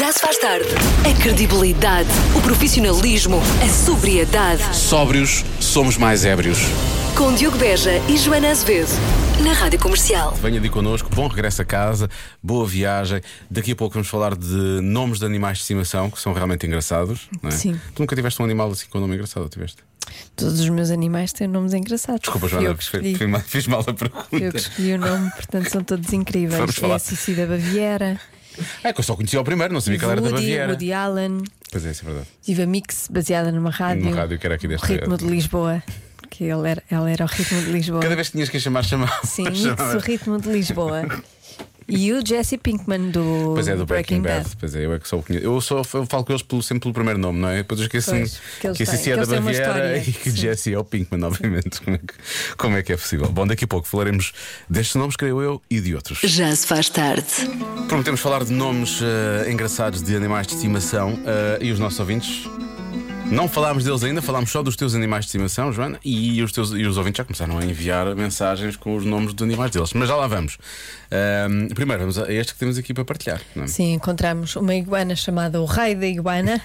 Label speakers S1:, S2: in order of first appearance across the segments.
S1: Já se faz tarde. A credibilidade, o profissionalismo, a sobriedade.
S2: Sóbrios, somos mais ébrios.
S1: Com Diogo Beja e Joana Azevedo. Na Rádio Comercial.
S2: Venha de connosco, bom regresso a casa, boa viagem. Daqui a pouco vamos falar de nomes de animais de estimação que são realmente engraçados. Não é?
S3: Sim.
S2: Tu nunca tiveste um animal assim com um nome engraçado, ou tiveste?
S3: Todos os meus animais têm nomes engraçados.
S2: Desculpa,
S3: Fui Eu
S2: Joana,
S3: que
S2: fiz,
S3: escolhi,
S2: fiz mal, fiz mal a
S3: Fui eu que
S2: pergunta.
S3: escolhi o nome, portanto são todos incríveis.
S2: Vamos
S3: é
S2: falar.
S3: a Cici da Baviera,
S2: É que eu só conhecia o primeiro, não sabia que ela era da
S3: Woody,
S2: Baviera.
S3: Woody Allen,
S2: Pois é, isso é verdade.
S3: tive a Mix baseada numa rádio.
S2: Numa rádio que era aqui desta-
S3: O ritmo de Lisboa, que ele era, ela era o ritmo de Lisboa.
S2: Cada vez que tinhas que chamar, chamar.
S3: Sim, Mix, o ritmo de Lisboa. E o Jesse Pinkman do,
S2: Pois é, do Breaking, Bad.
S3: Bad.
S2: Pois é, eu é que só o conheço. Eu só eu falo com eles pelo- sempre pelo primeiro nome, não é? Depois eu esqueço-me
S3: Pois, que eles
S2: que a
S3: têm-
S2: Cici é
S3: que
S2: da
S3: eles têm uma
S2: Baviera e
S3: história,
S2: que
S3: sim.
S2: Jesse é o Pinkman, obviamente. Como é, que, como é que é possível? Bom, daqui a pouco falaremos destes nomes, creio eu, e de outros.
S1: Já se faz tarde.
S2: Prometemos falar de nomes eh, engraçados de animais de estimação eh, e os nossos ouvintes. Não falámos deles ainda, falámos só dos teus animais de estimação, Joana, e os, teus, e os ouvintes já começaram a enviar mensagens com os nomes dos animais deles. Mas já lá vamos. Ahm, primeiro, vamos a este que temos aqui para partilhar. Não é?
S3: Sim, encontramos uma iguana chamada o Rei da Iguana.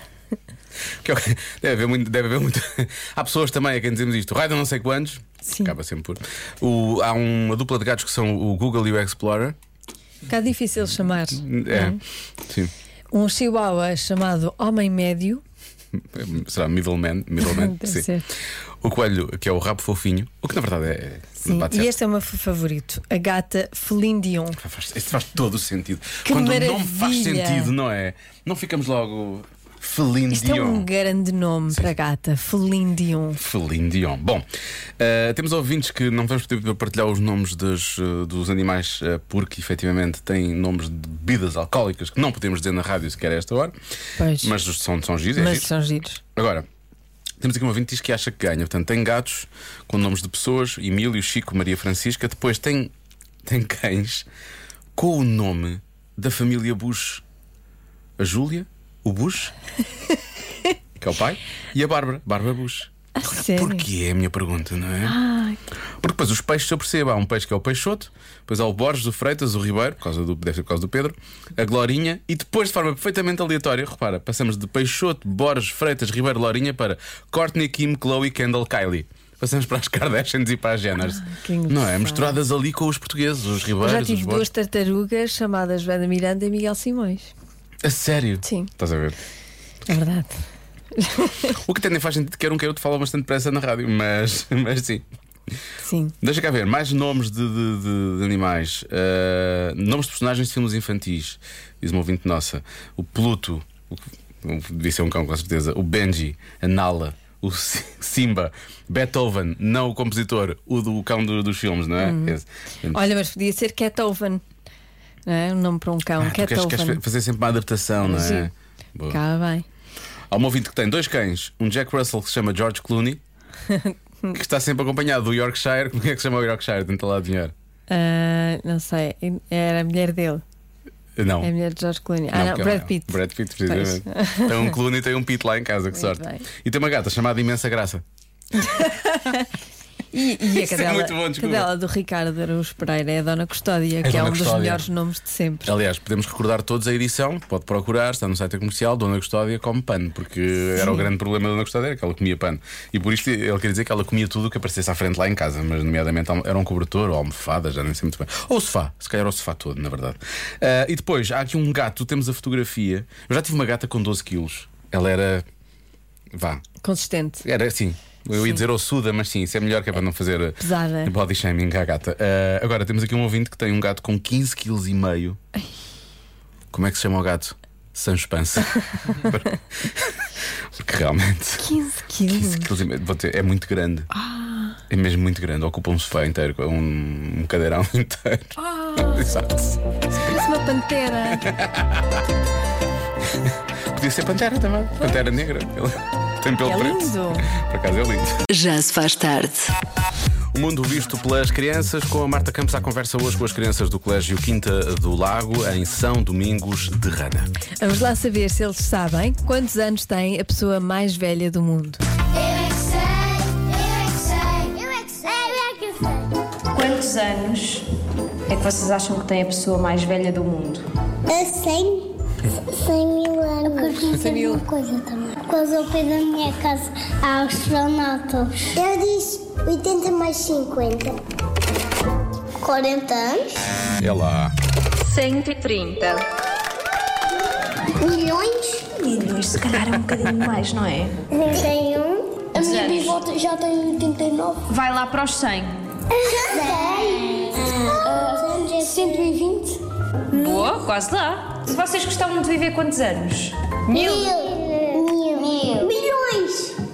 S2: Que é o que- deve, haver muito, deve haver muito. Há pessoas também a quem dizemos isto. O raio de não sei quantos.
S3: Sim.
S2: Acaba sempre por. O- há uma dupla de gatos que são o Google e o Explorer.
S3: Um bocado difícil chamar.
S2: É.
S3: não?
S2: Sim.
S3: Um chihuahua chamado Homem Médio.
S2: Será Middleman. Middleman.
S3: Deve
S2: sim.
S3: ser.
S2: O coelho, que é o rabo fofinho. O que na verdade é.
S3: Sim,
S2: bate
S3: e
S2: certo.
S3: este é o meu favorito, a gata Felindion.
S2: Faz, isto faz todo o sentido.
S3: Que
S2: Quando o nome
S3: maravilha!
S2: faz sentido, não é? Não ficamos logo. Felino
S3: Isto é
S2: Dion.
S3: um grande nome para gata, Felindion.
S2: Felino Dion. Bom, eh, temos ouvintes que não vamos poder partilhar os nomes das, eh, dos animais eh, porque efetivamente têm nomes de bebidas alcoólicas que não podemos dizer na rádio sequer a esta hora.
S3: Pois.
S2: Mas os são, são giros, é
S3: Mas
S2: giro.
S3: são giros.
S2: Agora, temos aqui um ouvinte que diz que acha que ganha. Portanto, tem gatos com nomes de pessoas, Emílio, Chico, Maria Francisca. Depois tem, tem cães com o nome da família Bush. A Júlia, o Bush, que é o pai, e a Bárbara, Bárbara Bush.
S3: A sério? Ah,
S2: Porquê é a minha pergunta, não é?
S3: Ai,
S2: Porque depois os peixes, eu percebo, há um peixe que é o Peixoto, depois há o Borges, o Freitas, o Ribeiro, por causa do, deve ser por causa do Pedro, a Glorinha, e depois de forma perfeitamente aleatória, repara, passamos de Peixoto, Borges, Freitas, Ribeiro, Glorinha para Courtney, Kim, Chloe, Kendall, Kylie. Passamos para as Kardashians e para as Jenners.
S3: Ah, que
S2: Não é?
S3: engraçado.
S2: Misturadas ali com os portugueses, os
S3: eu
S2: Ribeiros,
S3: já
S2: os
S3: tive duas
S2: Borges.
S3: tartarugas chamadas Joana Miranda e Miguel Simões.
S2: A sério?
S3: Sim.
S2: Estás a ver?
S3: É verdade.
S2: O que também faz sentido, quer um quer outro, fala bastante pressa na rádio, mas, mas sim.
S3: Sim.
S2: Deixa cá ver, mais nomes de, de- de- de animais. Ah, nomes de personagens de filmes infantis. Diz uma ouvinte nossa. O Pluto, o, o- devia ser um cão com certeza. O Benji, a Nala, o Si- Simba, Beethoven, não o compositor, o do o cão do- dos filmes, não é? Esse.
S3: Uhum. Olha, mas podia ser Ketovan. Não é? Um nome para um cão.
S2: Ah, tu queres, queres
S3: Ketovan.
S2: fazer sempre uma adaptação, não é?
S3: Sim.
S2: Boa.
S3: Acaba bem.
S2: Há um ouvinte que tem dois cães, um Jack Russell que se chama George Clooney, que está sempre acompanhado do Yorkshire. Como é que se chama o Yorkshire? Tenta lá adivinhar.
S3: Ah, não sei, era a mulher dele.
S2: Não.
S3: É a mulher de George Clooney. Ah,
S2: Não,
S3: não,
S2: porque
S3: Brad
S2: é-
S3: Pitt.
S2: Brad Pitt, precisamente. Tem um Clooney e tem um Pitt lá em casa, que sorte.
S3: bem.
S2: E tem uma gata chamada Imensa Graça.
S3: E, e a
S2: Isso é
S3: cadela,
S2: muito bom, desculpa.
S3: cadela do Ricardo Araújo Pereira é a Dona Custódia, que é
S2: Dona
S3: um
S2: Custódia.
S3: dos melhores nomes de sempre.
S2: Aliás, podemos recordar todos a edição, pode procurar, está no site da comercial, Dona Custódia come pano, porque era o grande problema da Dona Custódia, era que ela comia pano. E por isto ele queria dizer que ela comia tudo o que aparecesse à frente lá em casa, mas nomeadamente era um cobertor ou almofada, já nem sei muito bem. Ou o sofá, se calhar era o sofá todo, na verdade. Ah, e depois, há aqui um gato, temos a fotografia. Eu já tive uma gata com 12 quilos. Ela era. Vá,
S3: Consistente.
S2: Era assim. Eu ia dizer ossuda, mas sim, isso é melhor que é para não fazer uh,
S3: Pesada.
S2: body shaming à gata. Uh, agora temos aqui um ouvinte que tem um gato com 15,5 kg. Como é que se chama o gato? Sancho Pança. Porque realmente
S3: 15 quilos.
S2: 15 quilos e meio, vou dizer, é muito grande.
S3: Ah.
S2: É mesmo muito grande. Ocupa um sofá inteiro, um, um cadeirão inteiro. Exato.
S3: Parece Ah, é uma pantera.
S2: Podia ser pantera também. Pantera negra. Ele tem pelo
S3: É
S2: preto.
S3: lindo.
S2: Por acaso é lindo.
S1: Já se faz tarde.
S2: O mundo visto pelas crianças, com a Marta Campos à conversa hoje com as crianças do Colégio Quinta do Lago, em São Domingos de Rana.
S3: Vamos lá saber se eles sabem quantos anos tem a pessoa mais velha do mundo.
S4: Eu é que sei, eu é que sei, eu é que sei, eu é que sei.
S5: Quantos anos é que vocês acham que tem a pessoa mais velha do mundo?
S4: A 100? 100 mil anos. Eu quero dizer uma coisa também. Quase ao pé da minha casa há astronautas. Eu disse 80 mais 50. 40 anos.
S2: É lá.
S5: 130.
S4: Milhões.
S5: Milhões, se calhar é um bocadinho mais, não é?
S4: 91. A minha
S5: Anos.
S4: bigota já tem 89.
S5: Vai lá para os 100.
S4: Sei. 120.
S5: Boa, quase lá. Se vocês gostavam de viver quantos anos?
S4: Mil. Mil. Milhões.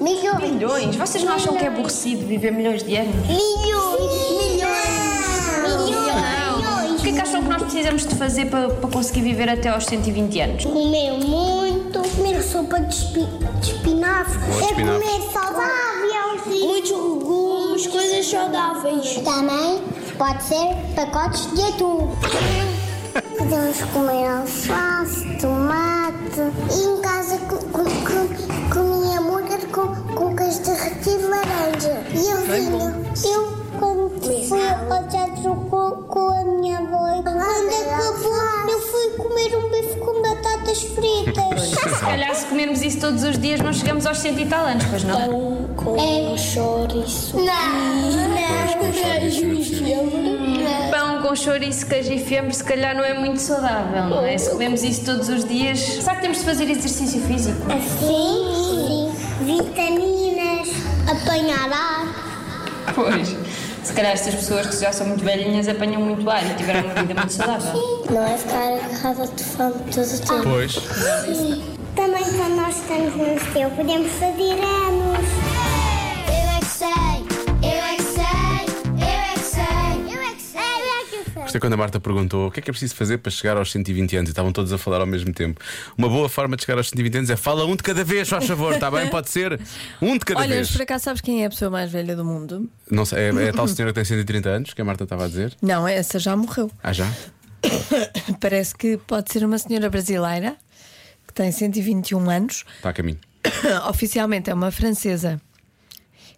S4: Milhões.
S5: Milhões. Vocês não acham que é aborrecido viver milhões de anos?
S4: Milhões. Milhões. Milhões.
S5: O que é que acham que nós precisamos de fazer para, para conseguir viver até aos 120 anos?
S4: Comer muito, comer sopa de, espi de espinafre, É
S2: Boa, espinafre.
S4: saudável, muitos legumes, coisas saudáveis. Também pode ser pacotes de atum. Podemos comer alface, tomate e em casa co- co- co- comia hambúrguer com, com queijo derretido e laranja. E eu vinho. Eu, quando fui ao teatro com, com a minha avó, quando acabou, eu fui comer um bife com batatas fritas.
S5: Se calhar se comermos isso todos os dias não chegamos aos 100 e tal anos, pois não?
S4: É chouriço. Não, não, queijo e fiambre.
S5: Pão com chouriço, queijo e fiambre se calhar não é muito saudável, não é? Se comemos isso todos os dias... Será que temos de fazer exercício físico?
S4: Assim, vitaminas, apanhar ar.
S5: Pois. Se calhar estas pessoas que já são muito velhinhas apanham muito ar e tiveram uma vida muito saudável.
S4: Não é ficar agarrada de fome todo o tempo.
S2: Pois.
S4: Também quando nós estamos no seu, podemos fazer anos. Eu é que sei, eu é que sei, eu é que sei, eu é que sei, eu é que sei.
S2: Gostei quando a Marta perguntou o que é que é preciso fazer para chegar aos 120 anos e estavam todos a falar ao mesmo tempo. Uma boa forma de chegar aos 120 anos é fala um de cada vez, faz favor, está bem? Pode ser um de cada
S3: Olha, mas
S2: vez.
S3: por acaso sabes quem é a pessoa mais velha do mundo?
S2: Não sei, é, é a tal senhora que tem 130 anos, que a Marta estava a dizer.
S3: Não, essa já morreu.
S2: Ah, já?
S3: Parece que pode ser uma senhora brasileira que tem 121 anos.
S2: Está Tá a caminho.
S3: Oficialmente é uma francesa.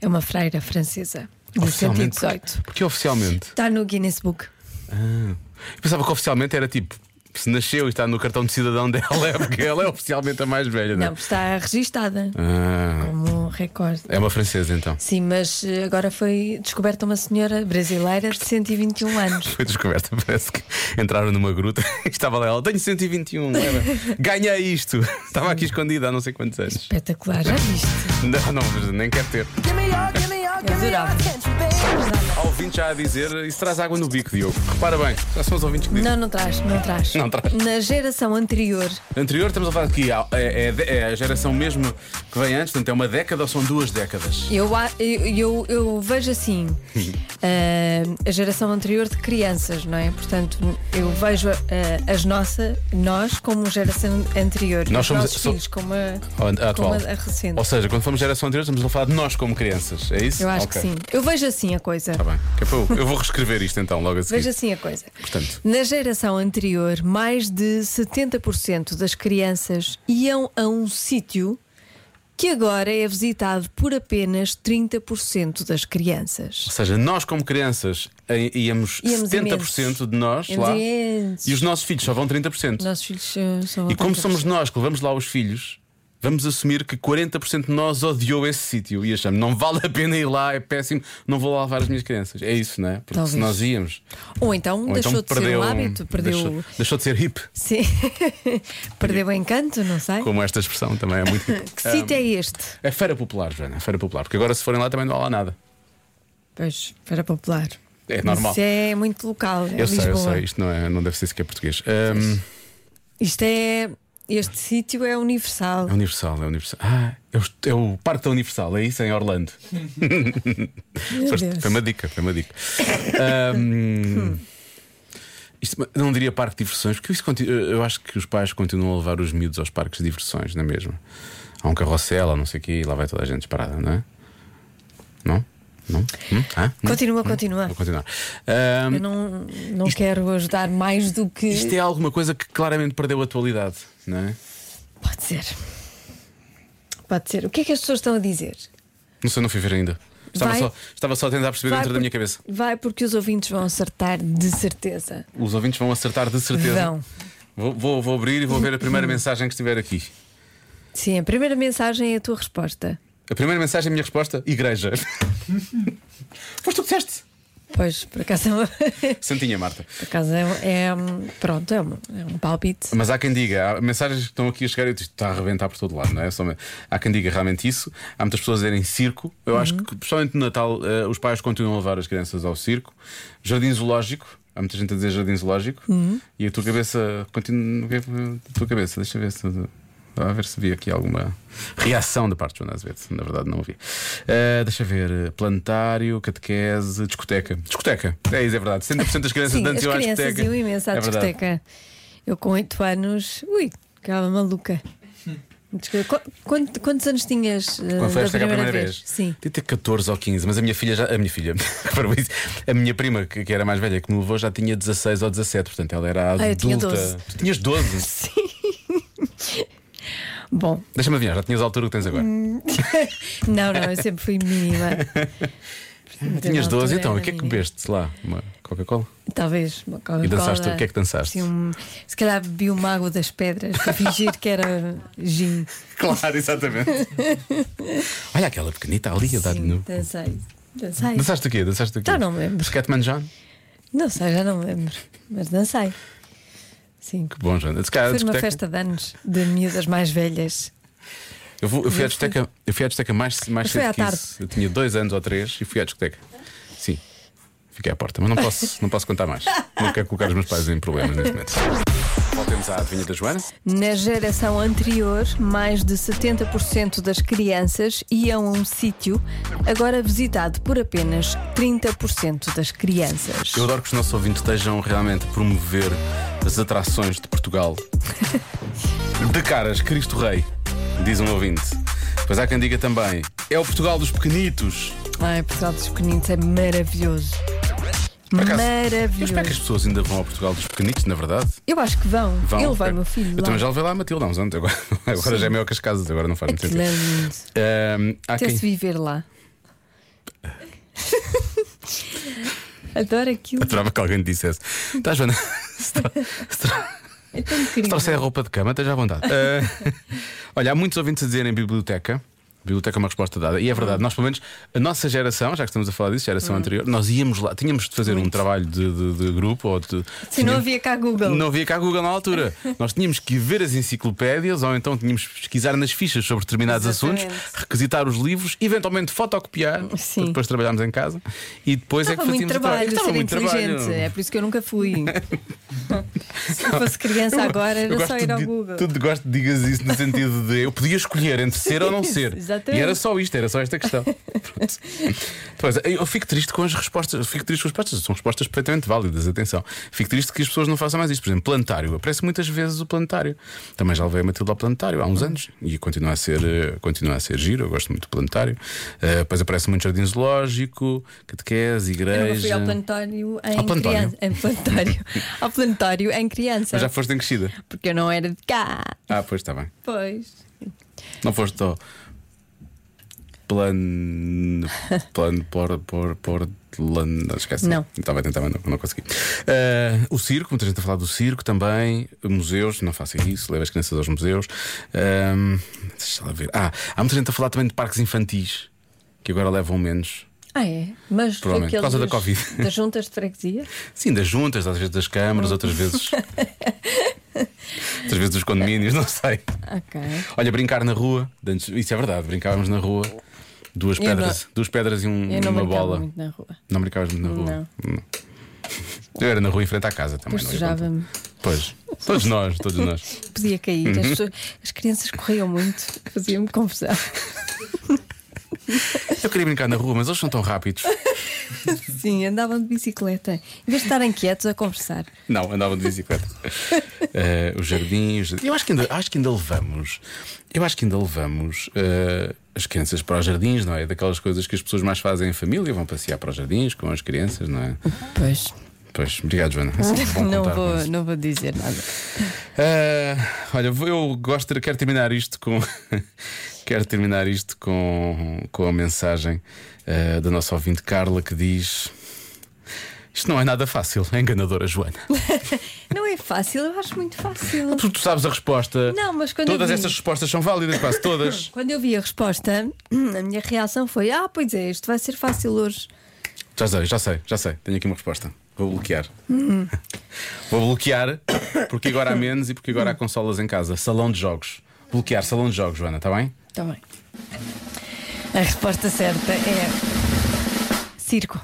S3: É uma freira francesa. De
S2: Oficialmente.
S3: 118.
S2: Porque oficialmente.
S3: Está no Guinness Book.
S2: Eu pensava que oficialmente era tipo, se nasceu e está no cartão de cidadão dela, é porque ela é oficialmente a mais velha, não é?
S3: Não, está registada
S2: Ah,
S3: como recorde.
S2: é uma francesa então.
S3: Sim, mas eh, agora foi descoberta uma senhora brasileira de 121 anos.
S2: Foi descoberta, parece que entraram numa gruta e estava lá ela. Tenho 121, leva. ganhei isto. Estava aqui escondida há não sei quantos anos.
S3: Espetacular, já viste?
S2: Não, não, mas nem quero ter.
S3: Eu adorava.
S2: Há ouvintes já a dizer, isso traz água no bico, Diogo. Repara bem, já são os ouvintes que dizem.
S3: Não, não traz, não traz.
S2: Não traz.
S3: Na geração anterior,
S2: Anterior, estamos a falar aqui, há- é, é- é a geração mesmo que vem antes, portanto é uma década ou são duas décadas?
S3: eu, a- eu, eu, eu vejo assim
S2: Uhum.
S3: eh, a geração anterior de crianças, não é? Portanto, eu vejo eh, as nossas, nós como geração anterior, e
S2: Nós
S3: os
S2: somos-
S3: nossos
S2: so-
S3: filhos como a,
S2: Ou a
S3: como
S2: atual?
S3: a- a recente.
S2: Ou seja, quando fomos geração anterior, estamos a falar de nós como crianças, é isso?
S3: Eu acho
S2: Ok.
S3: que sim. Eu vejo assim a coisa.
S2: Tá bem. Que é para eu- Eu vou reescrever isto então, logo a seguir.
S3: Veja assim a coisa.
S2: Portanto.
S3: Na geração anterior, mais de 70% das crianças iam a um sítio que agora é visitado por apenas 30% das crianças.
S2: Ou seja, nós como crianças eh, íamos,
S3: Íamos
S2: 70%
S3: imensos.
S2: de nós
S3: Íamos
S2: lá
S3: imensos.
S2: e os nossos filhos só vão 30%.
S3: Os nossos filhos eh, são.
S2: E como somos nós que levamos lá os filhos, vamos assumir que 40% de nós odiou esse sítio e achamos não vale a pena ir lá, é péssimo, não vou lá levar as minhas crianças. É isso, não é? Porque
S3: Talvez.
S2: se nós íamos.
S3: Ou então
S2: ou
S3: deixou
S2: então
S3: de ser
S2: perdeu,
S3: um hábito, perdeu.
S2: Deixou, deixou de ser hip,
S3: Sim. perdeu o encanto, não sei.
S2: como esta expressão também é muito.
S3: Que sítio é este?
S2: É feira popular, Joana, é feira popular, porque agora se forem lá também não há lá nada.
S3: Pois, era popular.
S2: É normal.
S3: Isso é muito local. é
S2: Eu sei, eu
S3: Lisboa. É
S2: sei, isto não, é, não deve ser sequer português. Ahm,
S3: Isto é. Este sítio é universal.
S2: É Universal, é Universal. Ah, é o, é o Parque da Universal, é isso em Orlando. Foste-
S3: Deus. Hum.
S2: foi uma dica, foi uma dica. Ahm, isto- não diria parque de diversões, porque isso continu- eu acho que os pais continuam a levar os miúdos aos parques de diversões, não é mesmo? Há um carrossel, há não sei o quê, e lá vai toda a gente disparada, não é? Não? Não? Hum? Ah? Hum?
S3: Continua, continua.
S2: Vou continuar. Ahm,
S3: Eu não, não quero ajudar mais do que.
S2: isto é alguma coisa que claramente perdeu a atualidade, não é?
S3: Pode ser. Pode ser. O que é que as pessoas estão a dizer?
S2: Não sei, não fui ver ainda. Estava,
S3: Vai.
S2: só, estava só a tentar perceber dentro da
S3: por-
S2: minha cabeça.
S3: Vai porque os ouvintes vão acertar de certeza.
S2: Os ouvintes vão acertar de certeza.
S3: Vão.
S2: Vou, vou- vou abrir e vou ver a primeira mensagem que estiver aqui.
S3: Sim, a primeira mensagem é a tua resposta.
S2: A primeira mensagem, é a minha resposta: Igreja. Foste tu que disseste?
S3: Pois, por acaso é uma. por
S2: Santinha, Marta.
S3: acaso é, um- é um- Pronto, é um, é um palpite.
S2: Mas há quem diga, há mensagens que estão aqui a chegar e eu digo, isto está a arrebentar por todo lado, não é? Só me- Há quem diga realmente isso. Há muitas pessoas a dizerem circo. Eu acho
S3: Uhum.
S2: que, principalmente no Natal, eh, os pais continuam a levar as crianças ao circo. Jardim zoológico. Há muita gente a dizer jardim zoológico.
S3: Uhum.
S2: E a tua cabeça. Continua. A tua cabeça, deixa eu ver se. A ver se vi aqui alguma reação da parte de Joana Azevedo. Na verdade, não ouvi. Eh, deixa eu ver. eh, Planetário, catequese, discoteca. Discoteca. É isso, é verdade. 100% das crianças
S3: Sim, as
S2: dançam à
S3: crianças
S2: discoteca.
S3: iam imenso à
S2: É verdade.
S3: discoteca. Eu com 8 anos, ui, ficava maluca.
S2: Hum.
S3: Desculpa, qu- quanto- quantos anos tinhas? eh,
S2: Quando foi
S3: da
S2: esta é primeira, primeira vez?
S3: Sim.
S2: Devia ter 14 ou 15, mas a minha filha já. A minha filha. para isso, a minha prima, que, que era mais velha, que me levou, já tinha 16 ou 17, portanto ela era adulta.
S3: Ah, eu tinha 12.
S2: Tu tinhas 12?
S3: Bom,
S2: Deixa-me adivinhar, já tinhas a altura que tens agora.
S3: Hum, não, não, eu sempre fui mínima. Portanto,
S2: tinhas
S3: na
S2: 12,
S3: altura
S2: então, o
S3: era
S2: que é que
S3: mínima.
S2: bebeste lá? Uma Coca-Cola?
S3: Talvez uma Coca-Cola.
S2: E dançaste? O que é que dançaste?
S3: Sim, um- se calhar bebi uma água das pedras para fingir que era gin.
S2: Claro, exatamente. Olha aquela pequenita ali a dar-lhe
S3: Sim,
S2: no.
S3: dancei. Dancei.
S2: Dançaste o quê? Dançaste o quê?
S3: Já não me lembro.
S2: Scatman John?
S3: Não sei, já não me lembro. Mas dancei. Sim.
S2: Que bom, Joana. Se calhar a
S3: Foi uma
S2: discoteca-
S3: festa de anos de miúdas mais velhas.
S2: Eu, vou- eu fui à discoteca, eu fui à discoteca mais, mais
S3: Mas foi
S2: cedo
S3: à
S2: que isso. Eu tinha dois anos ou três e fui à discoteca. Sim. Fiquei à porta, mas não posso, não posso contar mais. Não quero colocar os meus pais em problemas neste momento. Voltemos à adivinha da Joana.
S3: Na geração anterior, mais de 70% das crianças iam a um sítio agora visitado por apenas 30% das crianças.
S2: Eu adoro que os nossos ouvintes estejam realmente a promover as atrações de Portugal. De caras, Cristo Rei, diz um ouvinte. Pois há quem diga também, é o Portugal dos pequenitos.
S3: Ai, Portugal dos Pequeninos é maravilhoso.
S2: Por acaso, Eu
S3: maravilhoso.
S2: espero que as pessoas ainda vão ao Portugal dos pequenitos, na verdade.
S3: Eu acho que vão.
S2: Vão,
S3: Ele vai,
S2: espero.
S3: meu filho.
S2: Eu
S3: lá.
S2: também já levei lá a Matilde há uns anos, agora, agora já é maior que as casas, agora não faz muito
S3: Aquilo
S2: sentido.
S3: é lindo.
S2: Ahm, há
S3: Ter-se
S2: quem.
S3: viver lá. Adoro aquilo.
S2: Adorava que alguém te dissesse. Tá, Joana? se tra- se tra-
S3: É tão
S2: se
S3: incrível.
S2: trouxer a roupa de cama, esteja à vontade. Ah, olha, há muitos ouvintes a dizerem biblioteca. Biblioteca é uma resposta dada. E é
S3: Hum.
S2: verdade, nós, pelo menos, a nossa geração, já que estamos a falar disso, geração anterior, nós íamos lá, tínhamos de fazer um trabalho de, de- de grupo ou de.
S3: Se não
S2: tínhamos-
S3: havia cá Google.
S2: Não havia cá Google na altura. Nós tínhamos que ver as enciclopédias ou então tínhamos que pesquisar nas fichas sobre determinados
S3: Exatamente.
S2: assuntos, requisitar os livros, eventualmente fotocopiar,
S3: Sim.
S2: para depois trabalharmos em casa e depois
S3: Estava
S2: é que fazíamos
S3: muito
S2: o
S3: trabalho
S2: Estava
S3: ser
S2: muito
S3: inteligente.
S2: trabalho.
S3: É por isso que eu nunca fui. Se eu fosse criança agora,
S2: Eu
S3: era
S2: gosto
S3: só ir ao
S2: de,
S3: Google.
S2: Tudo gosto de digas isso no sentido de eu podia escolher entre ser ou não ser.
S3: Exatamente.
S2: E era só isto, era só esta questão. Pronto. Pois, eu fico triste com as respostas. Fico triste com as respostas. São respostas perfeitamente válidas, atenção. Fico triste que as pessoas não façam mais isto. Por exemplo, planetário. Aparece muitas vezes o planetário. Também já levei a Matilde ao planetário há uns anos e continua a ser, eh, continua a ser giro. Eu gosto muito do planetário. Eh, depois aparece muito jardim zoológico, catequese, igreja.
S3: Eu nunca fui ao planetário em
S2: Ao planetário?
S3: criança. Em planetário. ao planetário em criança.
S2: Mas já foste em crescida.
S3: Porque eu não era de cá.
S2: Ah, pois está bem.
S3: Pois.
S2: Não foste só plano. plano. por. por. por. lan- não, esquece.
S3: Não.
S2: Estava a tentar, mas não, não consegui. Ah, o circo, muita gente a falar do circo também. Museus, não façam isso, levem as crianças aos museus. Ahm, deixa lá ver. Ah, há muita gente a falar também de parques infantis, que agora levam menos.
S3: Ah, é? Mas
S2: Provavelmente, por
S3: daqueles
S2: causa da
S3: dos-
S2: Covid.
S3: Das juntas de freguesia?
S2: Sim, das juntas, às vezes das câmaras, outras vezes. outras vezes dos condomínios, não sei.
S3: Ok.
S2: Olha, brincar na rua, de antes- isso é verdade, brincávamos na rua, duas
S3: Eu
S2: pedras, duas pedras e um-
S3: Eu não
S2: uma
S3: brincava
S2: bola.
S3: muito na rua.
S2: Não brincavas muito na rua? Não. Eu era na rua em frente à casa também,
S3: Depois
S2: não ia contar.
S3: sujava-me.
S2: Pois, todos nós, todos nós.
S3: Podia cair.
S2: Uhum.
S3: As, pessoas- as crianças corriam muito. Faziam-me confusão.
S2: Eu queria brincar na rua, mas eles são tão rápidos.
S3: Sim, andavam de bicicleta. Em vez de estarem quietos a conversar.
S2: Não, andavam de bicicleta. Eh, os jardins. Eu acho que, ainda, acho que ainda levamos. Eu acho que ainda levamos eh, as crianças para os jardins, não é? Daquelas coisas que as pessoas mais fazem em família, vão passear para os jardins com as crianças, não é?
S3: Pois.
S2: Pois, obrigado, Joana. É sempre bom
S3: Não
S2: contar com
S3: vou,
S2: isso.
S3: não vou dizer nada.
S2: Ah, olha, vou- eu gosto de, quero terminar isto com quero terminar isto com, com a mensagem ah, da nossa ouvinte Carla que diz Isto não é nada fácil, é enganadora, Joana.
S3: Não é fácil, eu acho muito fácil.
S2: Porque tu sabes a resposta.
S3: Não, mas quando
S2: Todas
S3: eu vi-
S2: essas respostas são válidas, quase todas.
S3: Quando eu vi a resposta, a minha reação foi: Ah, pois é, isto vai ser fácil hoje.
S2: Já sei, já sei, já sei. Tenho aqui uma resposta. Vou bloquear.
S3: Hum.
S2: Vou bloquear porque agora há menos e porque agora há consolas em casa. Salão de jogos. Bloquear salão de jogos, Joana, está bem?
S3: Está Tá bem. A resposta certa é. Circo.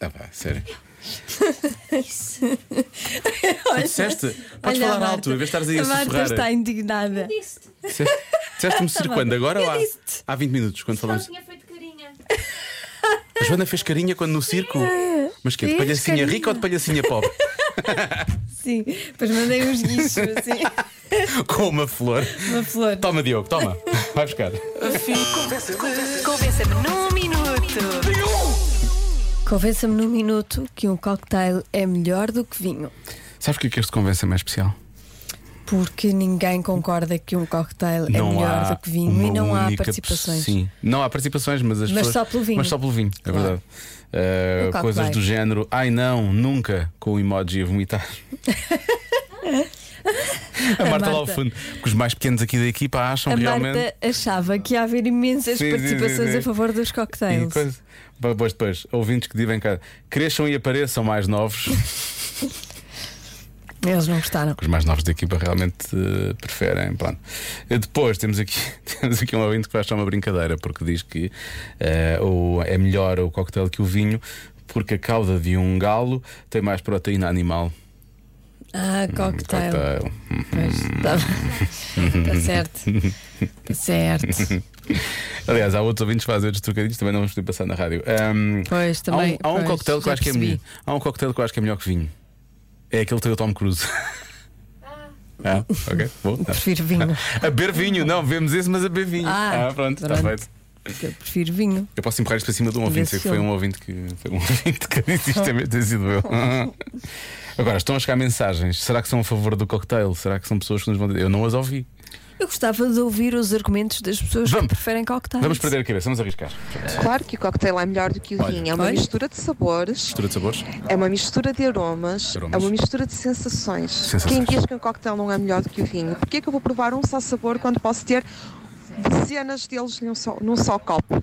S2: Ah, pá, sério.
S3: Olha,
S2: disseste? Podes falar
S3: a
S2: alto, em vez de estares aí a
S3: a Marta
S2: sussurrar.
S3: está indignada.
S5: Disse-te,
S2: Disseste- Disseste-me
S3: Tá
S2: ser
S3: bem.
S2: quando? Agora
S3: Eu
S2: ou há,
S3: disse-te.
S2: há 20 minutos, quando
S5: não
S2: falamos.
S5: tinha feito carinha.
S2: A Joana fez carinha quando no circo. Mas que é de
S3: Fiz
S2: palhacinha
S3: carinha.
S2: rica ou de palhacinha pobre?
S3: Sim, depois mandei uns guichos assim,
S2: Com uma flor.
S3: uma flor.
S2: Toma, Diogo, toma. Vai buscar.
S1: Convença-me num minuto.
S3: Convença-me num minuto que um cocktail é melhor do que vinho.
S2: Sabes o que é que este convença mais especial?
S3: Porque ninguém concorda que um cocktail é
S2: não
S3: melhor
S2: há
S3: do que vinho e
S2: uma
S3: não há
S2: única
S3: participações.
S2: pessoa- Sim, não há participações, mas as
S3: Mas
S2: pessoas-
S3: só pelo vinho.
S2: Mas só pelo vinho, é
S3: Claro. Um
S2: verdade. Uh,
S3: O copo
S2: coisas
S3: vai.
S2: do género, ai não, nunca com o emoji a vomitar. a Marta, lá ao
S3: Marta.
S2: fundo, porque os mais pequenos aqui da equipa acham
S3: A
S2: realmente.
S3: Marta achava que ia haver imensas
S2: Sim, sim,
S3: participações
S2: sim, sim.
S3: a favor dos cocktails.
S2: E coisa- Depois, depois, ouvintes que dizem cá, cresçam e apareçam mais novos.
S3: Eles não gostaram.
S2: Os mais novos da equipa realmente eh, preferem. Pronto. Eh, Depois temos aqui, temos aqui um ouvinte que vai achar uma brincadeira, porque diz que eh, o- é melhor o coquetel que o vinho, porque a cauda de um galo tem mais proteína animal.
S3: Ah,
S2: Um
S3: cocktail.
S2: cocktail. Hum.
S3: Está Tá certo. Está certo.
S2: Aliás, há outros ouvintes que fazem outros trocadilhos, também não vamos poder passar na rádio. Ahm,
S3: Pois, também.
S2: há um, há um
S3: pois,
S2: coquetel que eu
S3: já
S2: acho que é
S3: percebi.
S2: melhor. Há um coquetel que eu acho que é melhor que vinho. É aquele que tem o Tom Cruise. Ah, ok, bom. tá.
S3: Prefiro vinho.
S2: A beber vinho, não, vemos esse, mas a beber vinho.
S3: Ah,
S2: pronto, está
S3: pronto.
S2: feito.
S3: Eu prefiro vinho.
S2: Eu posso empurrar isto para cima de um ouvinte, sei que foi um ouvinte que foi um ouvinte que disse isto, é mesmo, tem sido eu. Agora, estão a chegar mensagens. Será que são a favor do cocktail? Será que são pessoas que nos vão dizer? Eu não as ouvi.
S3: Eu gostava de ouvir os argumentos das pessoas
S2: Vamos.
S3: que preferem cocktails.
S2: Vamos perder a cabeça, vamos arriscar.
S6: Claro que o cocktail é melhor do que o
S2: Olha.
S6: vinho. É uma
S3: Olha.
S6: mistura de sabores,
S2: Mistura de sabores?
S6: é uma mistura de aromas,
S2: Aromas.
S6: é uma mistura de sensações.
S2: Sensações.
S6: Quem diz que um cocktail não é melhor do que o vinho? Porquê que eu vou provar um só sabor quando posso ter dezenas deles num só, num só copo?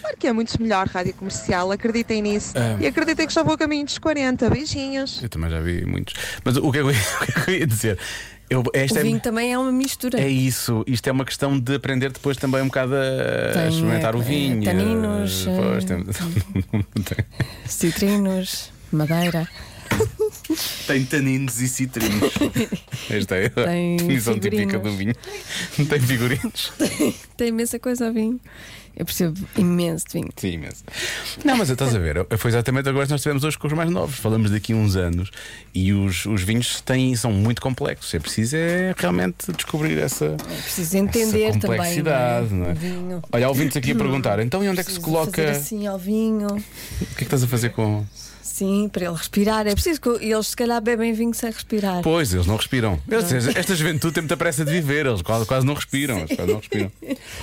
S6: Claro que é muito melhor, rádio comercial. Acreditem nisso. E acreditem que já vou a caminho dos 40. Beijinhos.
S2: Eu também já vi muitos. Mas o que é que eu ia, o que é que eu ia dizer? Eu,
S3: O
S2: esta é,
S3: vinho também é uma mistura.
S2: é isso. Isto é uma questão de aprender depois também um bocado a
S3: Tem,
S2: experimentar o
S3: eh,
S2: vinho.
S3: taninos, é.
S2: eh, Pois,
S3: eh,
S2: tem, tem,
S3: Citrinos, madeira.
S2: tem taninos e citrinos. Esta é a
S3: Tem
S2: definição típica
S3: figurinos.
S2: do vinho. Tem figurinos.
S3: Tem imensa coisa ao vinho. Eu percebo imenso de vinho.
S2: Sim, imenso. Não, mas estás a ver, foi exatamente agora que nós tivemos hoje com os mais novos. Falamos daqui a uns anos e os, os vinhos têm, são muito complexos. É preciso é realmente descobrir essa,
S3: É Preciso
S2: essa
S3: entender também.
S2: complexidade.
S3: não é?
S2: não é?
S3: Vinho.
S2: Olha, há ouvintes aqui a perguntar: então e onde é que se
S3: Hum. Preciso
S2: coloca.
S3: Fazer assim ao vinho.
S2: O que é que estás a fazer com.
S3: Sim, para ele respirar. É preciso que eles, se calhar, bebem vinho sem respirar.
S2: Pois, eles não respiram. Esta, esta juventude tem muita pressa de viver, eles quase, quase não respiram. eles quase não respiram.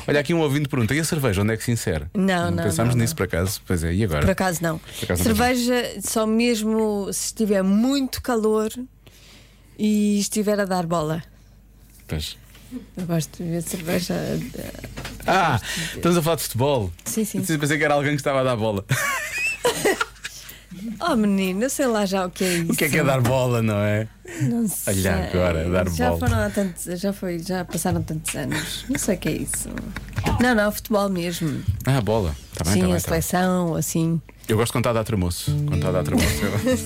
S2: Olha, aqui um ouvinte pergunta: e a cerveja, onde é que se insere?
S3: Não, não,
S2: Pensámos
S3: não,
S2: nisso por acaso. Pois é, e agora?
S3: Por acaso não.
S2: acaso não.
S3: Cerveja só mesmo se estiver muito calor e estiver a dar bola.
S2: Pois.
S3: Eu gosto de ver cerveja. eh,
S2: Ah, estamos a falar de futebol.
S3: Sim, sim.
S2: Eu Pensei que era alguém que estava a dar bola.
S3: Oh menino, eu sei lá já o que é isso.
S2: O que é que é dar bola, não é?
S3: Não sei.
S2: Olha agora, dar
S3: já
S2: bola.
S3: Foram há tantos, já, foi, já passaram tantos anos. Não sei o que é isso. Não, não, futebol mesmo.
S2: Ah, bola. Tá bem,
S3: Sim,
S2: tá bem,
S3: a
S2: tá bem.
S3: seleção, assim.
S2: Eu gosto de contar da Tramoço. Contar da Tramoço.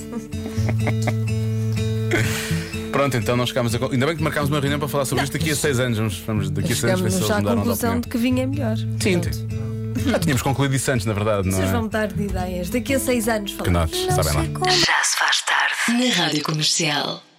S2: Pronto, então nós chegámos a. con- Ainda bem que marcámos uma reunião para falar sobre isto daqui a seis anos. Vamos, vamos daqui a seis anos ver
S3: Chegamos
S2: se eles
S3: já à
S2: mudaram de
S3: conclusão
S2: opinião.
S3: de que vinho é melhor.
S2: Sim,
S3: Pronto.
S2: sim. já tínhamos concluído isso antes, na verdade, não
S3: Vocês vão
S2: é?
S3: mudar de ideias. Daqui a seis anos
S2: Que
S3: falamos.
S2: nós, sabem lá.
S1: Já se faz tarde. Na Rádio Comercial.